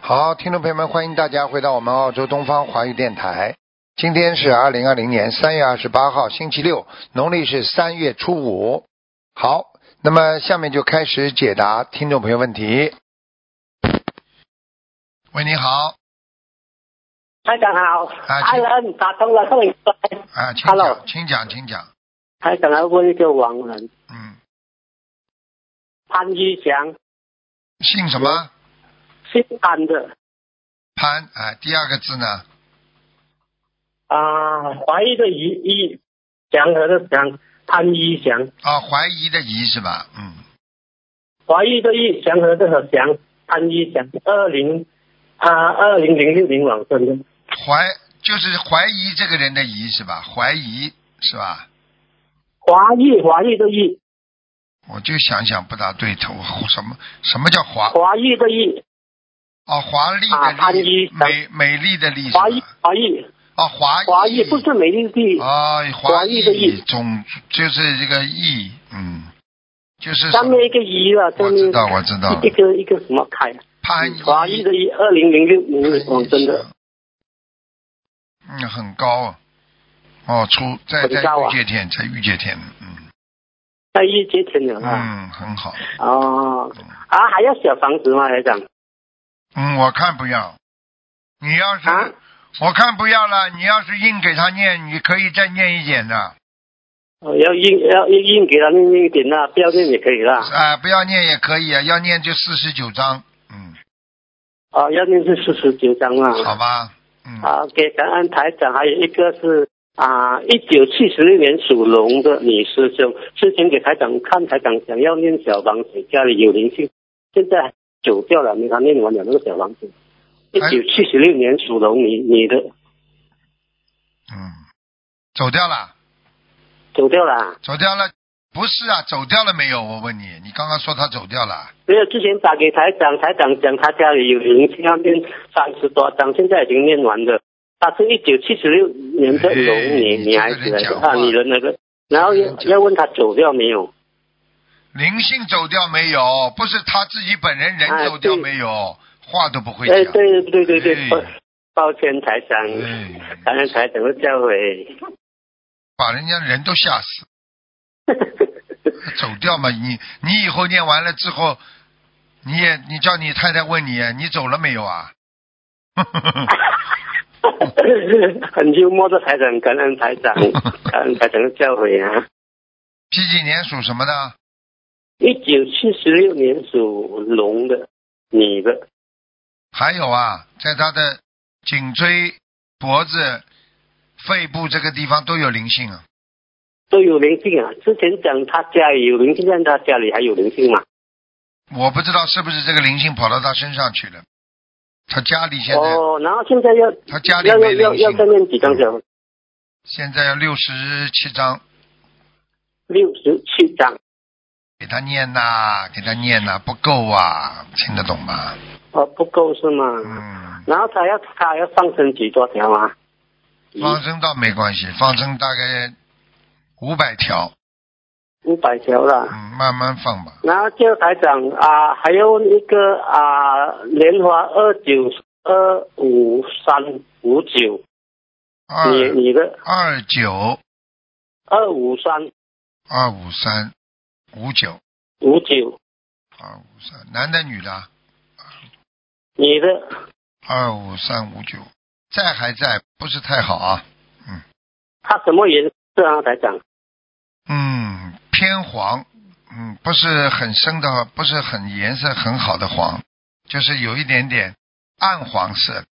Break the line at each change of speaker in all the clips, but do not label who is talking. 好，听众朋友们，欢迎大家回到我们澳洲东方华语电台。今天是二零二零年三月二十八号，星期六，农历是三月初五。好，那么下面就开始解答听众朋友问题。喂，你好，
台长好，
啊
艾
请
伦打通了，终于出来。
啊，请
Hello
讲，请讲，请讲。
台长要问一个亡人
嗯，
潘玉祥，
姓什么？
姓潘的
潘啊，第二个字呢？
啊，怀疑的疑一祥和的祥，潘玉祥，
啊，怀疑的疑是吧？嗯，
怀疑的疑祥和的和祥，潘玉祥，二零啊二零零六年往生的，
怀就是怀疑这个人的疑是吧？怀疑是吧？
华裔华裔的裔，
我就想想不大对头，什么什么叫华？
华裔的裔，
哦，华丽
啊
的
潘
丽
一，
美美丽的丽是吧
华？裔华裔
哦，华裔，
华裔不是美丽的裔，
啊，华
华裔的裔
种就是这个裔，嗯，就是
上面一个一了，
我
中间
知道哎我知道
一，个一个什么开？啊
潘
华裔的裔，二零零六年往生的。
嗯，很高啊，哦，出在
很
在
高啊
御界天，在御界天，嗯
在一节前了啊。
嗯，很好，
哦，啊，还要小房子吗，台长？
嗯，我看不要，你要是、
啊，
我看不要了，你要是硬给他念，你可以再念一点的，啊、
我哦要硬要硬给他念一点啦，不要念也可以啦。
不要念也可以啊，要念就四十九章，嗯，
啊，要念是四十九章
好
啦。
吧，嗯，
啊，给感恩台长，还有一个是啊，一九七十六年属龙的女师兄，之前给台长看，台长想要念小房子，家里有灵性，现在走掉了，没他念完了那个小房子。一
哎
九七十六年属龙女女的
嗯，走掉了，
走掉了，
走掉了，不是啊，走掉了没有？我问你，你刚刚说他走掉了，
没有，之前打给台长，台长讲他家里有灵性，要念三十多张，现在已经念完了。她是一九七十六年的龙
哎
女
你
女孩
这个
子来
人
的
讲话
啊，女人那个。然后
这个人
要
讲
要问他走掉没有？
灵性走掉没有？不是他自己本人人
哎
走掉
对
没有？话都不会讲，
哎，对对对对，抱
哎
抱歉台长，
哎
感恩台长的 教诲。
把人家人都吓死，走掉嘛，你你以后念完了之后，你也你叫你太太问你，你走了没有啊？
很幽默的台长，感恩台长，感恩台长的教诲啊。
几几年属什么的？
一九七十六年属龙的女的，
还有啊，在他的颈椎、脖子、肺部这个地方都有灵性啊。
都有灵性啊！之前讲他家里有灵性，现在他家里还有灵性嘛？
我不知道是不是这个灵性跑到他身上去了。他家里现在、
哦，然后现在要
他家里
要要
没
要
灵
要再
性，
念几张小？
现在要六十七章，
六十七张。
给他念呐、给他念呐、不够啊，听得懂吗？
哦，不够是吗？
嗯，
然后他要他要放生几多条啊？
放生倒没关系，放生大概五百条，
五百条了。
嗯，慢慢放吧。
然后就台长啊，还有一个啊，莲花二九二五三五九，你
二
你的
二九
二五三
二五三五九
五九，
二五三，男的女的？
你的
二五三五九，在还在，不是太好啊。
他什么颜色啊，台长？
嗯，偏黄，嗯，不是很深的，不是很颜色很好的黄，就是有一点点暗黄色。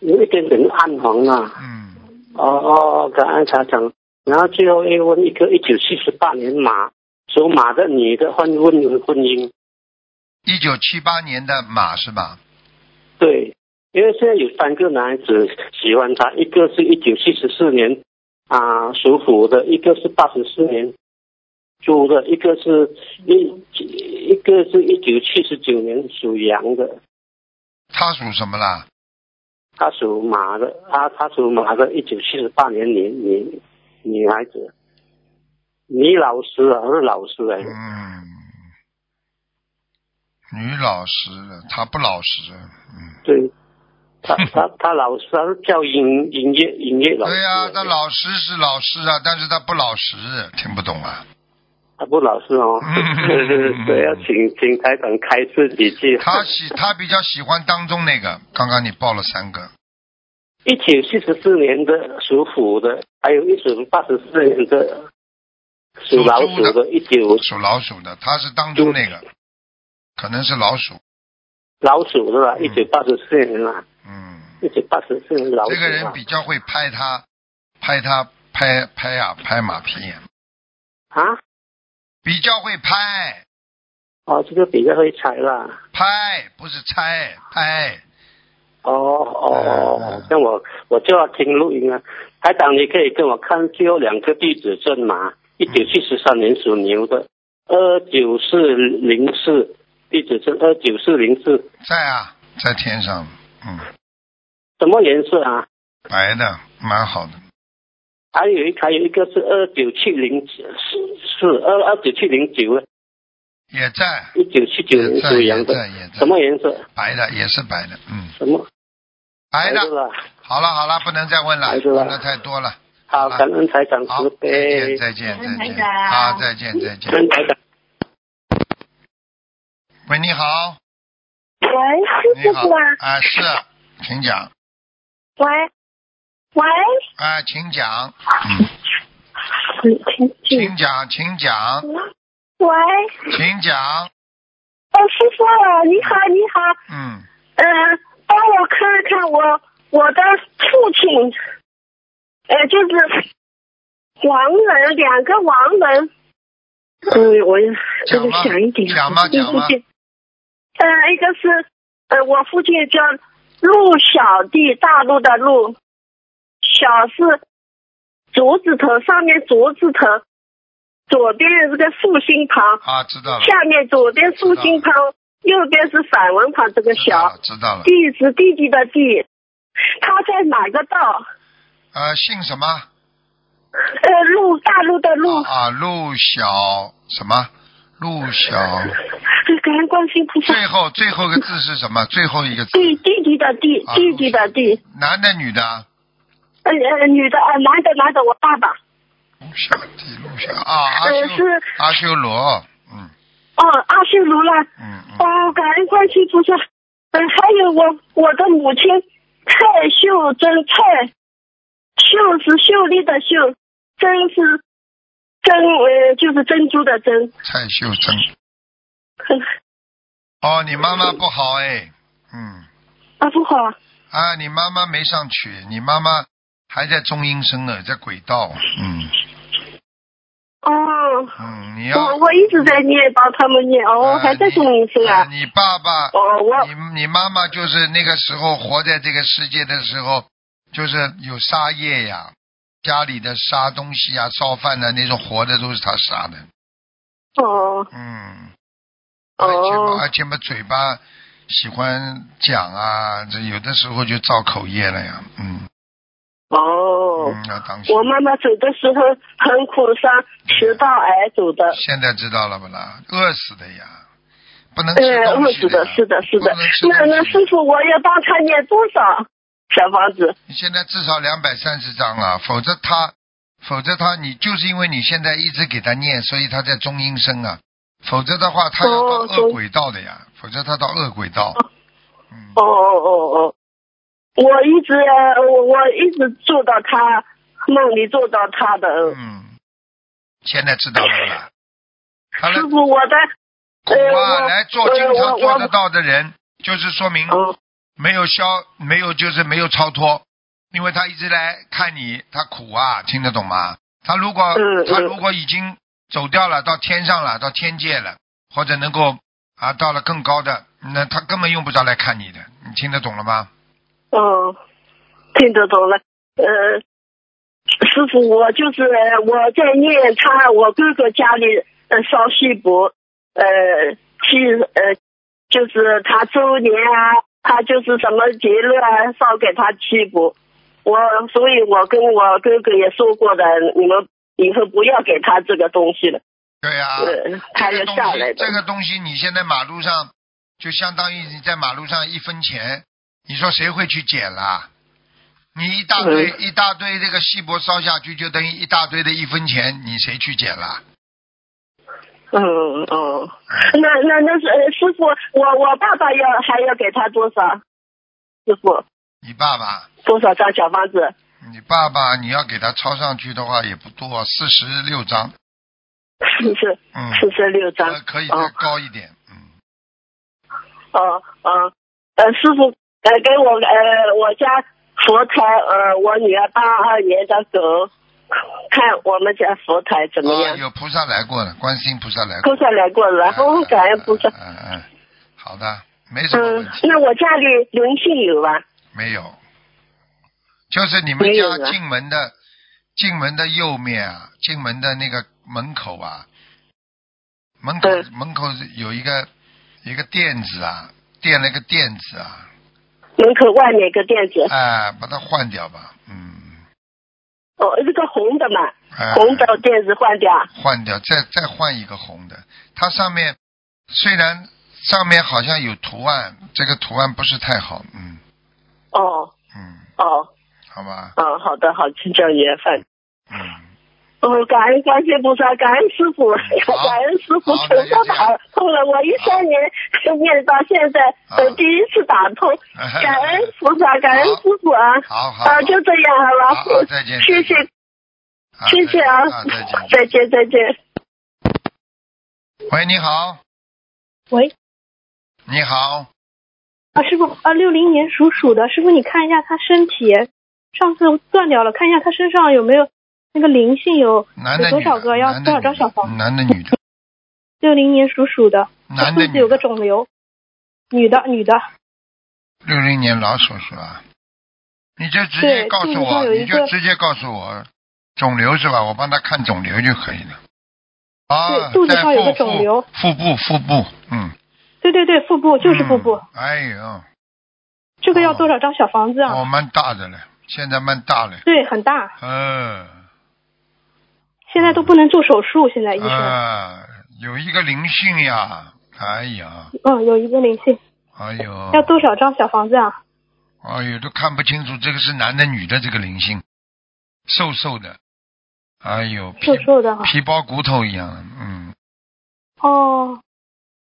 有一点点暗黄啊。
嗯，
哦哦，感恩查长。然后最后又问一个一九七八年马属马的女的婚问婚姻，
一九七八年的马是吧？
对，因为现在有三个男孩子喜欢她，一个是一九七四年啊属虎的，一个是八十四年猪的，一个是一一个是一九七九年属羊的，
他属什么啦？
她属马的，她她属马的，一九七八年女女女孩子，女老师啊，是老师来的。
嗯，女老实了，她不老实。嗯，
对，他 他他老师他啊是教音音乐音乐老师，
对呀、她老实是老实啊，但是她不老实，听不懂啊。
他不老实哦，
嗯
对，要请请台长开示几句。
她 喜她比较喜欢当中那个，刚刚你报了三个，
一九七十四年的属虎的，还有一九八十四年的属老
属
鼠
猪
的，一九
属老鼠的，她是当中那个，可能是老鼠。
老鼠的啦，一九八十四年啦，
嗯，
一九八十四年老鼠啊
这个人
啦
比较会拍他，拍他拍拍呀、拍马屁，
啊，
比较会拍
哦，这个比较会猜啦。
拍，不是猜拍。
哦
嗯
哦
嗯，
那我我就要听录音啊。台长，你可以跟我看最后两个地址证吗？一九七十三年属牛的，二九四零四地址证二九四零四，
在啊，在天上，嗯，
什么颜色啊？
白的，蛮好的。
还有一还有一个是二九七零四二二九七零九，啊
也在，
一九七九
也
年
在，
属
也
羊的，
在，也在
什，么颜色？
白的也是白的，嗯，
什么？
白的。
啦。
好了好了，不能再问了，
白的了
问的太多了。
好，感恩台长
啊好
慈，
再
悲
见，再见再
嗯感恩台
见，
长
好再见再
感
见。
恩台长。
喂，你好，
喂，
你
是
好
师傅啊，，
啊是，请讲，
喂，喂，
啊请讲，嗯，
请请请，
请讲请讲
喂，
请讲，
哦，师傅啊，你好，你好，
嗯，
嗯、帮我看看我我的父亲，呃，就是王人，两个王人，嗯，我也这
讲
个
吧
想一点，
讲吧
一
讲吧
一呃，一个是呃，我父亲叫陆小弟，大陆的陆，小是竹字头，上面竹字头，左边是个竖心旁，
啊知道了，
下面左边竖心旁，右边是反文旁，这个
知道
小
了知道了，
弟是弟弟的弟，他在哪个道？
呃姓什么？
呃，陆大陆的陆，
啊，陆小什么？陆小，
感恩观世音菩萨。
最后最后个字是什么？最后一个字，
弟弟弟的弟
啊，
弟弟的弟，
男的女的？
呃呃，女的呃，男的男的，我爸爸。
陆小弟，陆小啊，阿
呃
修
是
阿修罗，嗯
哦，阿修罗了。
嗯嗯，
哦，感恩观世音菩萨。嗯，还有我我的母亲蔡秀珍，蔡秀是秀丽的秀，珍是珍呃就是珍珠的珍。呃
蔡秀珍。
呵
哦，你妈妈不好哎，嗯
啊不好，
啊，你妈妈没上去，你妈妈还在中阴身呢，在轨道，嗯
哦，
嗯，你要
我我一直在念，帮他们念，哦，我
呃
还在
你
中医生
呃
啊。
你爸爸
哦，我
你你妈妈就是那个时候活在这个世界的时候，就是有杀业呀，家里的杀东西呀、烧饭的那种活的都是她杀的，
哦
嗯，而且嘛
哦
而且嘛嘴巴喜欢讲啊，这有的时候就造口业了呀，嗯，
哦，
嗯，要当心。
我妈妈走的时候很苦伤，食道癌走的。
现在知道了不啦？饿死的呀，不能吃
呃，
东
嗯
西
是的，
呀
是的，是
不
的
能吃。
那
东
那
西
师傅，我要帮他念多少小房子？
你现在至少两百三十张了，否则他，否则他，你就是因为你现在一直给他念，所以他在中阴身啊，否则的话，他要到
哦中
恶轨道的呀，否则他到恶轨道。嗯，
哦哦哦哦，我一直我我一直做到他梦里做到他的。
嗯，现在知道了吧？他来
师
苦
傅，我的呃
啊，
我
来做经
呃
常
我
做
我
得到的人，就是说明
哦
没有消，没有就是没有超脱，因为他一直来看你，他苦啊，听得懂吗？他如果、
嗯
他
嗯
如果已经走掉了，到天上了，到天界了，或者能够啊到了更高的，那他根本用不着来看你的，你听得懂了吗？
哦，听得懂了。呃，师傅，我就是我在念他我哥哥家里呃烧锡箔，呃祭呃就是他周年啊，他就是什么节日啊，烧给他锡箔。我所以，我跟我哥哥也说过的，你们以后不要给他这个东西了。
对呀、
呃，他
啊这
要
个东
下
西
来的。
这个东西你现在马路上就相当于你在马路上一分钱，你说谁会去捡啦？你一大堆、一大堆这个锡箔烧下去，就等于一大堆的一分钱，你谁去捡啦？
嗯哦，那那那是呃师傅，我我爸爸要还要给他多少？师傅
你爸爸，
多少张小房子？
你爸爸，你要给他抄上去的话也不多，四十六张，
是是
嗯，
四十六张
呃。可以再
哦
高一点，嗯，
哦哦，呃，师傅呃给我呃我家佛台呃我女儿八二年的狗，看我们家佛台怎么
啊，
样？
有菩萨来过了，观世音菩萨来过
菩，萨来过了，哦，感恩菩萨
嗯。嗯嗯，好的，没什么
嗯
问，题，
那我家里灵性有啊吧？
没有，就是你们
没有啊
家
了
进门的进门的右面啊，进门的那个门口啊，门口、
嗯
门口是有一个一个垫子啊，垫了一个垫子啊，
门口外面一个垫子，
哎，把它换掉吧，嗯，
哦，这个红的嘛，
哎，
红的垫子换掉。
换掉，再再换一个红的。它上面虽然上面好像有图案，这个图案不是太好，嗯
哦
嗯，
哦
好吧，
哦，好的好，请教缘分。
嗯，
哦，感恩感谢菩萨，感恩师傅，
好
感恩师傅
好
成
那就
功
这样
打通了。我一三年念到现在，呃，
啊
第一次打通，感恩菩萨，感恩师傅啊！
好好
啊，就这样
好
好
好
了，
再见，
谢谢
啊
谢谢啊
啊，再见，
再见 再见。
喂，你好，
喂，
你好，
啊，师傅，啊，六零年属鼠的，师傅你看一下他身体，上次断掉了，看一下他身上有没有那个灵性有，
男的
有多
女的
少个要
男的嗯
多少张
女
小
的
房
男的女 的，
六零年属鼠的，
男的
肚子有
女
个
的，
肿瘤，女的女的，
六零年老鼠是吧？你就直接
对
告诉
肚子上
我，
有一
你就
个
直接告诉我肿瘤是吧？我帮他看肿瘤就可以了。啊，
对肚子上有个
在腹
肿瘤
腹部腹部，嗯，
对对对，腹部就是腹部，
嗯哎呦，
这个要多少张小房子啊？
我蛮大的了，现在蛮大了，
对，很大，
嗯、
现在都不能做手术，现在哎医生，
啊，有一个灵性呀，哎呀，
嗯，有一个灵性，
哎呦，
要多少张小房子啊？
哎呦，都看不清楚这个是男的女的，这个灵性，瘦瘦的，哎呦，皮
瘦瘦的啊，
皮包骨头一样，嗯，
哦，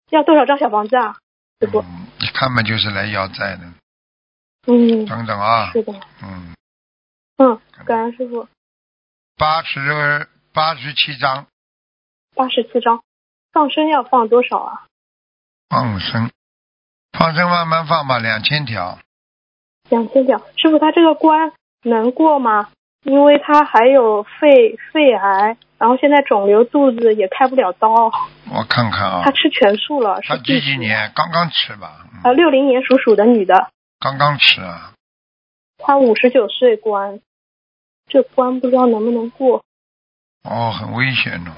要多少张小房子啊？师傅，
嗯，一看嘛就是来要债的，
嗯，
等等啊，
是的，
嗯，
嗯，感恩师傅。
八十八十七章
八十七张，放生要放多少啊？
放生，放生慢慢放吧，两千条，
两千条。师傅，他这个关能过吗？因为他还有肺肺癌，然后现在肿瘤，肚子也开不了刀。
我看看啊
他，吃全素了，
他
是
几
第
几？年？刚刚吃吧，嗯
呃，六零年属鼠的女的，
刚刚吃啊，
她五十九岁关，这关不知道能不能过，
哦，很危险哦。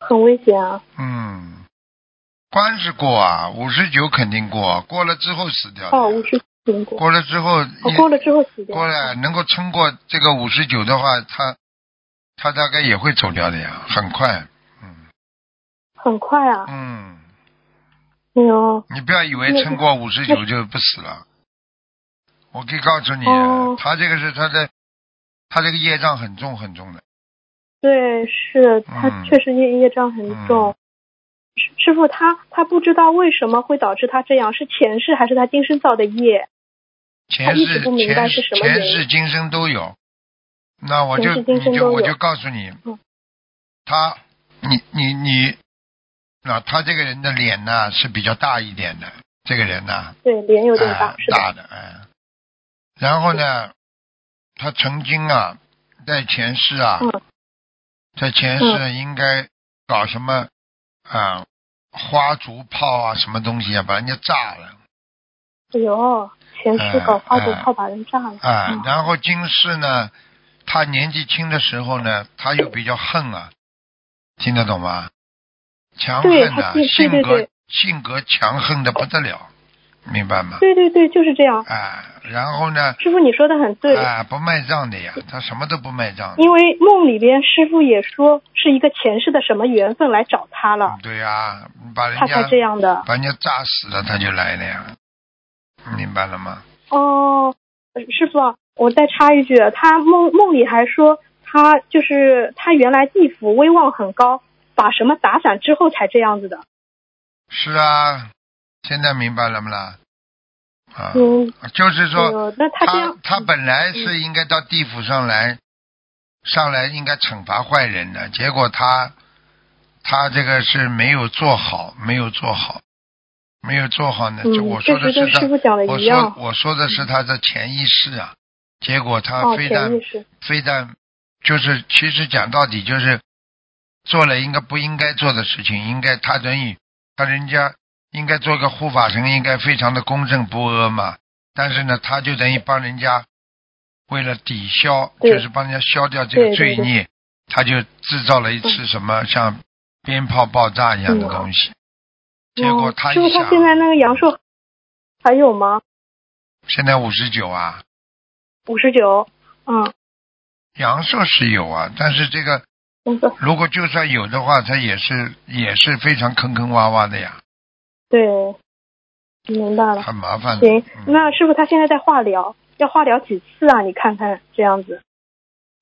很危险啊。
嗯，关是过啊，五十九肯定过，过了之后死掉的呀。
哦，五十能过，
过了之后，
哦
一，
过了之后死掉。
过了能够撑过这个五十九的话，他他大概也会走掉的呀，很快。
很快啊。
嗯，
哎呦，
你不要以为撑过五十九就不死了，我可以告诉你，
哦
他这个是他的，他这个业障很重很重的。
对，是他
嗯
确实业业障很重。师师傅，他他不知道为什么会导致他这样，是前世还是他今生造的业？
前
他一
世
直不明白
前
是
世
什么
前
原因
世今生都有。那我就
前世今
你
生
就
都
我
有
就告诉你
嗯，
他你你你，啊，他这个人的脸呢是比较大一点的，这个人呢，
对，脸有点大，
哎
是的。嗯
大的哎。然后呢，他曾经啊，在前世啊
嗯，
在前世应该搞什么啊，花烛炮啊，什么东西啊，把人家炸了。
哎呦，前世搞花
哎
毒
哎
炮把人炸了。
啊
嗯，
然后今世呢，他年纪轻的时候呢，他又比较横啊，听得懂吗？强
对
横
他
啊，
对对
性
对
格
对
性格强横的不得了，明白吗？
对对对，就是这样。
啊，然后呢？
师傅，你说的很对，
啊，不卖账的呀，他什么都不卖账的。
因为梦里边师傅也说是一个前世的什么缘分来找他了，
嗯对哎呀、你把人
他才
家
这样的。
把人家炸死了，他就来了呀，明白了吗？
哦，呃师傅啊，我再插一句，啊他梦梦里还说他就是他原来地府威望很高，把什么打散之后才这样子的。
是啊，现在明白了不啦？啊，
嗯，
就是
哎
说
呦，那他这
他
样，嗯
他本来是应该到地府上来，上来应该惩罚坏人的，结果他他这个是没有做好，没有做好，没有做好呢。就
嗯
我，说的
确实
是
跟
他
师，傅讲的
我
一
说
样。
我说的是他的潜意识啊，结果他
哦，
非但
潜意识。
非但就是其实讲到底就是做了应该不应该做的事情，应该他等于他人家应该做个护法神，应该非常的公正不阿嘛。但是呢，他就等于帮人家为了抵消，
对
就是帮人家消掉这个
对
罪
对对
孽，他就制造了一次什么像鞭炮爆炸一样的
嗯
东西。结果
哦
他
师傅
一
他
想，
现在那个阳寿还有吗？
现在五十九啊，
五十九。嗯，
阳寿是有啊，但是这个
工作
如果就算有的话，他也是也是非常坑坑洼洼的呀，
对，明白了。
很麻烦的。
行，
嗯
那师傅他现在在化疗，要化疗几次啊？你看看这样子。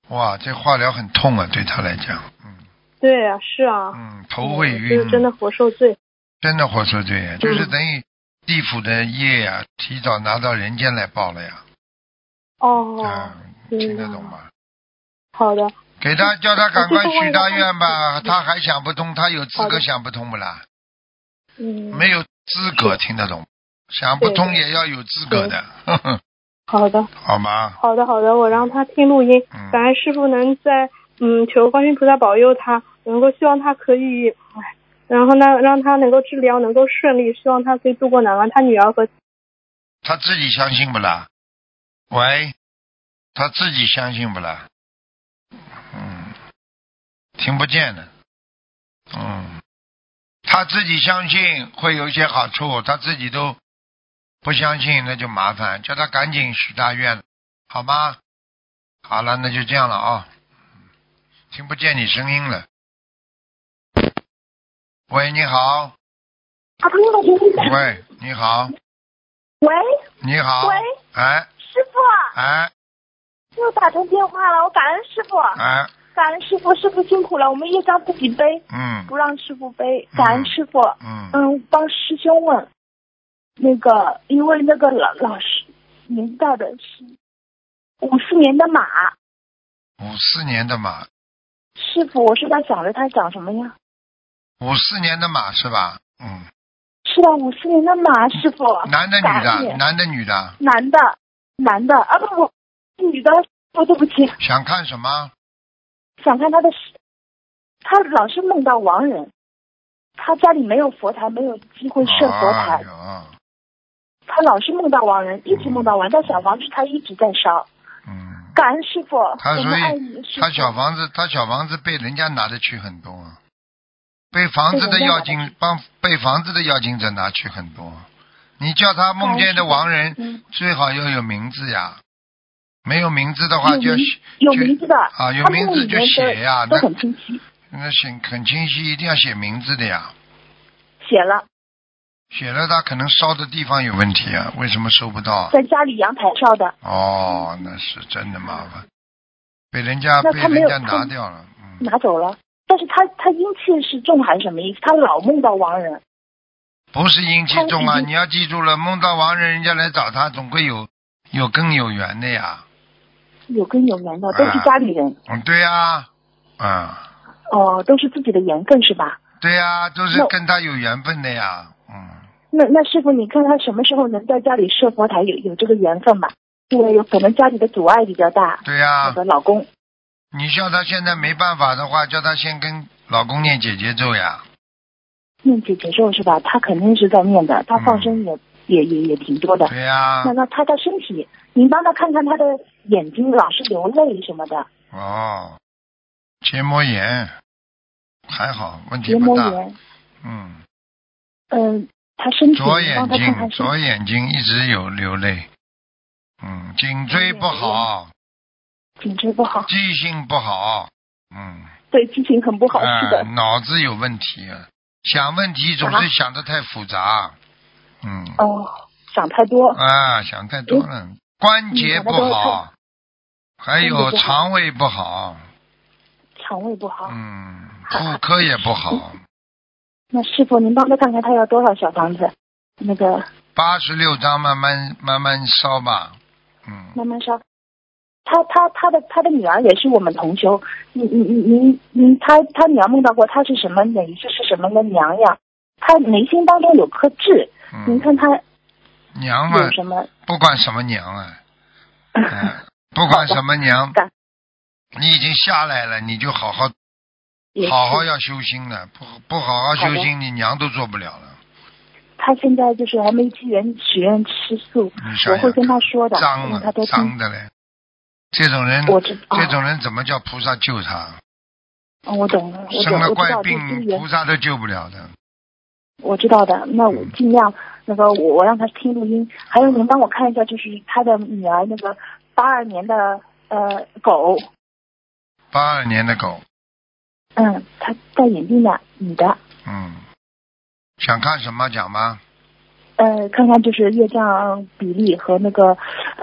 哇，这化疗很痛啊，对他来讲，嗯
对啊，是啊，
嗯，头会
就
晕，
是真的活受罪。
真的活受罪呀，就是
嗯
等于地府的业呀、提早拿到人间来报了呀，
哦，
啊，
嗯
听得懂吗？
好的，
给他叫他赶快
最后问
许
哎一个
大
问
愿吧，
题
他还想不通，他有资
嗯好
格
的
想不通不啦？
嗯，
没有资格，听得懂吗？想不
对
通
对
也要有资格
对
的，呵呵
好的，
好吗？
好的，好的，我让他听录音
嗯，
感恩师傅能在嗯求观世音菩萨保佑他，能够希望他可以，哎，然后呢让他能够治疗能够顺利，希望他可以渡过难关。他女儿和
他自己相信不啦？喂，他自己相信不啦？嗯，听不见了。嗯，他自己相信会有一些好处，他自己都不相信，那就麻烦，叫他赶紧许大愿，好吗？好了，那就这样了啊、听不见你声音了。喂，你好。
啊，不用了，
喂，你好，
喂，
你好。
喂。
哎
师傅啊
哎
又打通电话了，我感恩师傅，
哎，
感恩师傅，师傅辛苦了，我们业障自己背，
嗯
不让师傅背，感恩师傅。
嗯，
嗯，帮师兄问，那个因为那个老老师年代的是五四年的马，
五四年的马，
师傅，我是在想着他讲什么呀？
五四年的马是吧？嗯，
是的，五四年的马，师傅，
男的女
打
的，
脸
男的女的，
男的，男的啊，不不，女的，哦，对不起，
想看什么？
想看他的，他老是梦到亡人，他家里没有佛台，没有机会设佛
哎
台，
呦，
他老是梦到亡人，一直梦到亡人，但小房子他一直在烧，
嗯，
感恩师傅，
他
我
所
们爱
以
你，师
他小
傅，
房子，他小房子被人家拿的去很多，啊被房子的要
被人家拿
经帮被房子的要经者拿去很多。啊你叫他梦见的亡人
嗯，
最好要有名字呀，没有名字的话就
有名
写
有
就
名字的，
啊，有
他
名
梦
字
里
就
面
写呀，
都
那
都很清晰，
那写很清晰，一定要写名字的呀。
写了
写了他可能烧的地方有问题啊，为什么收不到啊？
在家里阳台烧的，
哦，那是真的麻烦，被人家
那
被
他没
人
有
家
他
拿掉了。嗯，
拿走了。但是他他阴气是重还是什么意思？他老梦到亡人，
不是阴气重啊，
他已
你要记住了，梦到亡人，人家来找他，总归有有更有缘的呀。
有根有源的，都是
啊
家里人，
嗯，对呀、嗯，
哦，都是自己的缘分是吧？
对呀、都是
那
跟他有缘分的呀。嗯，
那那师傅，你看他什么时候能在家里设佛台有有这个缘分吧？因为有可能家里的阻碍比较大，
对呀、
我的老公
你叫他现在没办法的话，叫他先跟老公念姐姐咒呀。
念姐姐咒是吧？他肯定是在念的，他放生也、也也也挺多的。
嗯对啊呀、
那那他的身体，您帮他看看他的眼睛老是流泪什么的，
哦，结膜炎还好，问题
结
不
膜
大。
炎，
嗯，
嗯，他身体，
左
帮
眼
他看看
睛，
身
左眼睛一直有流泪，嗯，颈椎不好，
颈椎不好，
记性不好，嗯，
对，记性很不好，是
哎
的，，
脑子有问题啊，想问题总
啊
是想的太复杂，嗯，
哦，想太多，
啊，想太多了，关节不
嗯好
好，还有
关节不好
肠胃不好，
肠胃不好。
嗯，妇科也不好，
那师傅，您帮他看看他要多少小房子？那个
八十六章慢慢慢慢烧吧，嗯，
慢慢烧。他他他的他的女儿也是我们同修，您您您您您，他他女儿梦到过他是什么哪一世是什么的娘呀？他眉心当中有颗痣，您
嗯，
看他
娘啊
有，什么？
不管什么娘啊，哎不管什么娘
干，
你已经下来了，你就好好
也是
好好要修心了，不不好好
好
修
的
心，你娘都做不了了。
他现在就是还没机缘许愿吃素
你，想
我会
想
跟他说的，
脏
让
了
他多，
脏
听。
的嘞！这种人，
我知啊道，
这种人怎么叫菩萨救他？
哦我懂了，我
生
懂，
了
我知
怪
道这
病
机，缘
菩萨都救不了的。
我知道的，那
嗯
我尽量那个我我让他听录音，还有您帮我看一下，就是他的女儿那个八二年的呃狗，
八二年的狗，
嗯，她戴眼镜的女的，
嗯，想看什么讲吧？
呃，看看就是业障比例和那个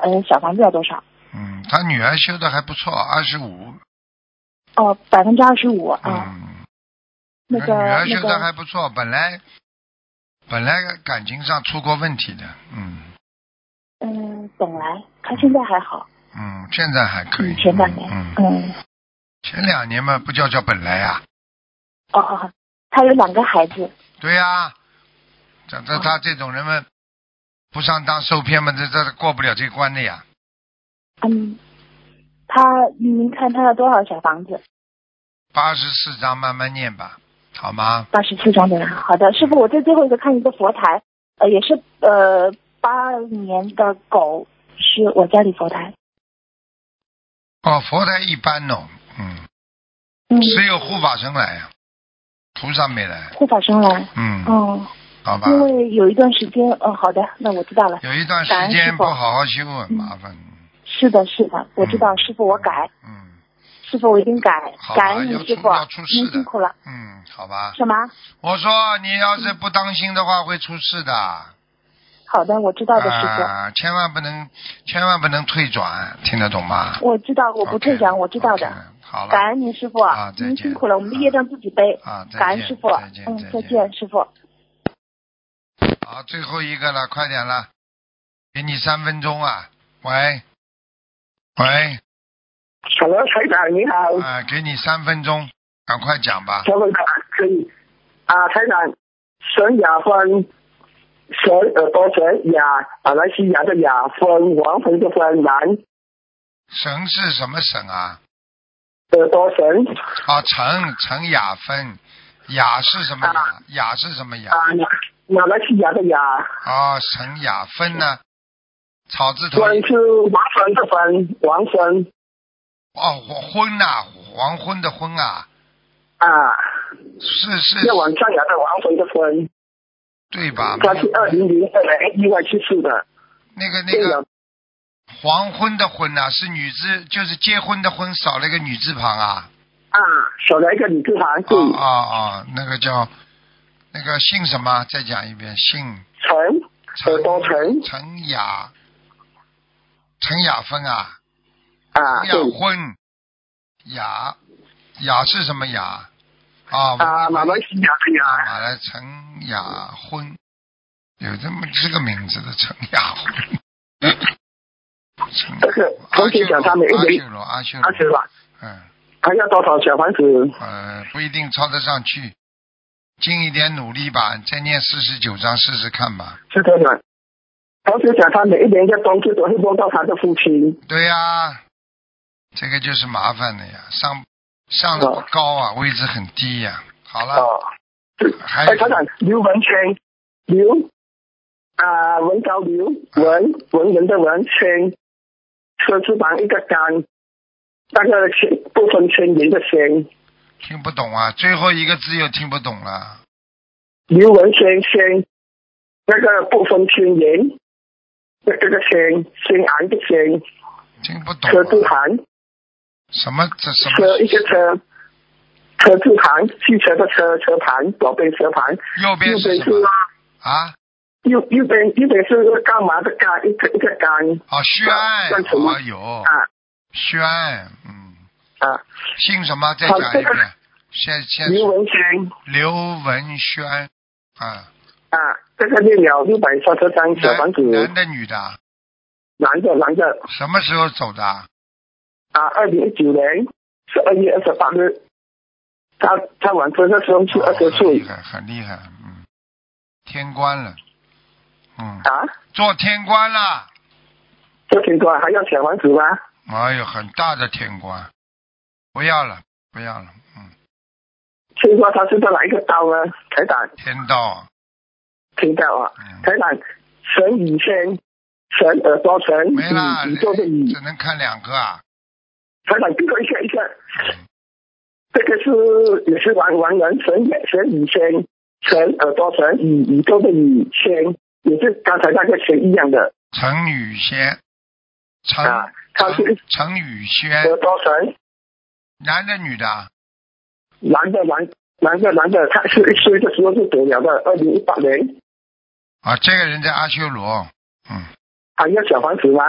呃小房子要多少？
嗯，他女儿修的还不错，二十五。
哦，百分之二十五啊，
嗯，
那
他
个
女儿
那
修的
个
还不错，本来本来感情上出过问题的，嗯
嗯，董来，她现在还好，
嗯，现在还可以
嗯，。前两年
嗯，，嗯
嗯，
前两年嘛，不叫叫本来啊。
哦哦，她有两个孩子，
对呀、这这他这种人们不上当受骗嘛，这这过不了这关的呀。
嗯，她您看她要多少小房子？
八十四章慢慢念吧，好吗？
八十四张的人，好的，师傅，我在最后一个看一个佛台，呃，也是呃八二年的狗，是我家里佛台，
哦，佛台一般哦，嗯，
嗯，
只有护法神来呀，啊菩萨没来，
护法生来，
嗯，
哦，
好吧。
因为有一段时间，哦，好的，那我知道了，
有一段时
感恩
间
师
不
父
好好修，很麻烦。
是的，是的，我知道，
嗯
师傅，我改，
嗯
师傅，我一定改
好，吧
感恩你
要，出
师傅
要出，事
您
的
辛苦了，
嗯，好吧。
什么？
我说你要是不当心的话，会出事的。
嗯好的，我知道的，师傅，
啊，千万不能，千万不能退转，听得懂吗？
我知道，我不退转，
OK，
我知道
OK，
的，
好了，
感恩您，师傅
啊，再
您
见
辛苦了，我们的业障自己背，
啊，再
感恩
见
师傅，
再见，
嗯，再见，。师傅。
好，最后一个了，快点了，给你三分钟啊！喂，喂，
Hello，台长你好，
啊，给你三分钟，赶快讲吧。
小伟长可以啊，台长，沈雅芬，沈耳朵沈雅，马啊来西亚的雅呃芬，王菲的芬，南
神是什么神啊？
耳朵沈
啊，陈陈雅芬，雅是什么雅
啊？
雅是什么雅？
啊，马来西亚的雅，
啊，陈雅芬呢？草字头
芬是王芬的芬，王芬
哦，黄昏呐、黄昏的昏啊，嗯
啊，
是是，
要往上雅的王菲的芬，
对吧？
他是二零零二年意外去世的，
那个那
对
个
了，
黄昏的昏呐、是女字，就是结婚的婚，少了一个女字旁啊。
啊，少了一个李志涵，对，
哦哦哦，那个叫那个姓什么？再讲一遍，姓
陈
陈
耳朵陈
陈雅陈雅芬啊，
啊，
陈雅
对。
婚雅雅是什么雅？啊
啊，马来西亚的
啊
呀，
马来陈雅婚，有这么这个名字的陈雅婚。陈
这个
阿
同
修
学讲他们
罗，阿
一
修
人
罗，阿修
阿
罗，
师吧，
嗯。
还要多少小房子？
呃，不一定抄得上去，尽一点努力吧，再念四十九章试试看吧。
是这样。同学讲他每一年的工作都会梦到他的父亲，
对呀、这个就是麻烦了呀，上上的不
哦
高啊，位置很低呀、好了，
哦，
还有
哎，他讲刘文谦，刘啊文高刘文文人的文谦，车字旁一个干，那个圈不分圈人的圈，
听不懂啊，最后一个字又听不懂了。
刘文谦谦，
那个不分圈言，那这个轩轩昂的轩，
听不懂、
车字
啊，
旁，
什么这什
车一
么
个车，车字旁，汽车的车车旁，左边车旁，
右边
右
是
边
什
是
么啊？
右右边右边是干嘛的干，一个一个干
哦，薛爱，
算什么
哦有
啊
薛爱，嗯，
啊，
姓什么？再
好
讲
这
一
个
遍，先先
刘文轩
刘文轩啊，
啊，这个念了六百三十张小房
男
子，
男的女的，
男的男的
什么时候走的？
啊，二零一九年十二月二十八日，他他晚生的时候是
哦
二十
很
岁
厉害，很厉害，嗯，天官了，嗯，
啊，
做天官了，
这情况还要小房子吗？
哎呦，很大的天官，不要了，不要了，嗯，
听说他是在哪一个道呢？台长
天道，
听到啊，
嗯，
台长神宇轩，神耳朵神
没啦，
宇宇宙的宇，
只能看两个啊，
台长这个一下一下，
嗯
这个是也是王王人神神宇轩，神耳朵神宇宇宙的宇轩，也是刚才那个轩一样的
陈宇轩，陈
啊，他
陈
是呃
陈宇轩，
耳朵神，
男的女的啊？
男的男男的男的，他是一岁的时候就走了的，二零一八年，
啊，这个人在阿修罗，嗯
还要小房子吗？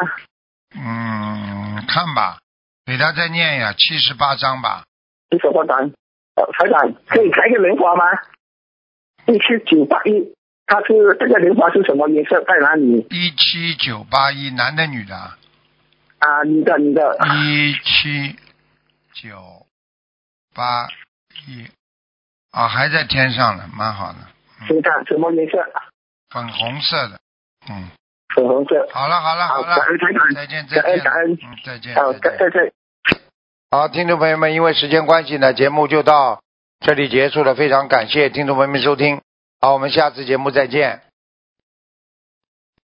嗯，看吧，给他再念呀，七十八章吧，
你手上长，呃，台长可以开个莲花吗？一七九八一，它是这个莲花是什么颜色？在哪里？
一七九八一，男的女的啊？
啊，你的你的，
一七九八一啊，还在天上呢，蛮好的，
手上什么颜色？
粉红色的。嗯，
粉红色。啊
好了好了
好，
了
感，恩台长，
再见再
感恩
见，
感恩，
嗯再见
好，
再见。
在在在。
好，听众朋友们，因为时间关系呢，节目就到这里结束了，非常感谢听众朋友们收听，好，我们下次节目再见。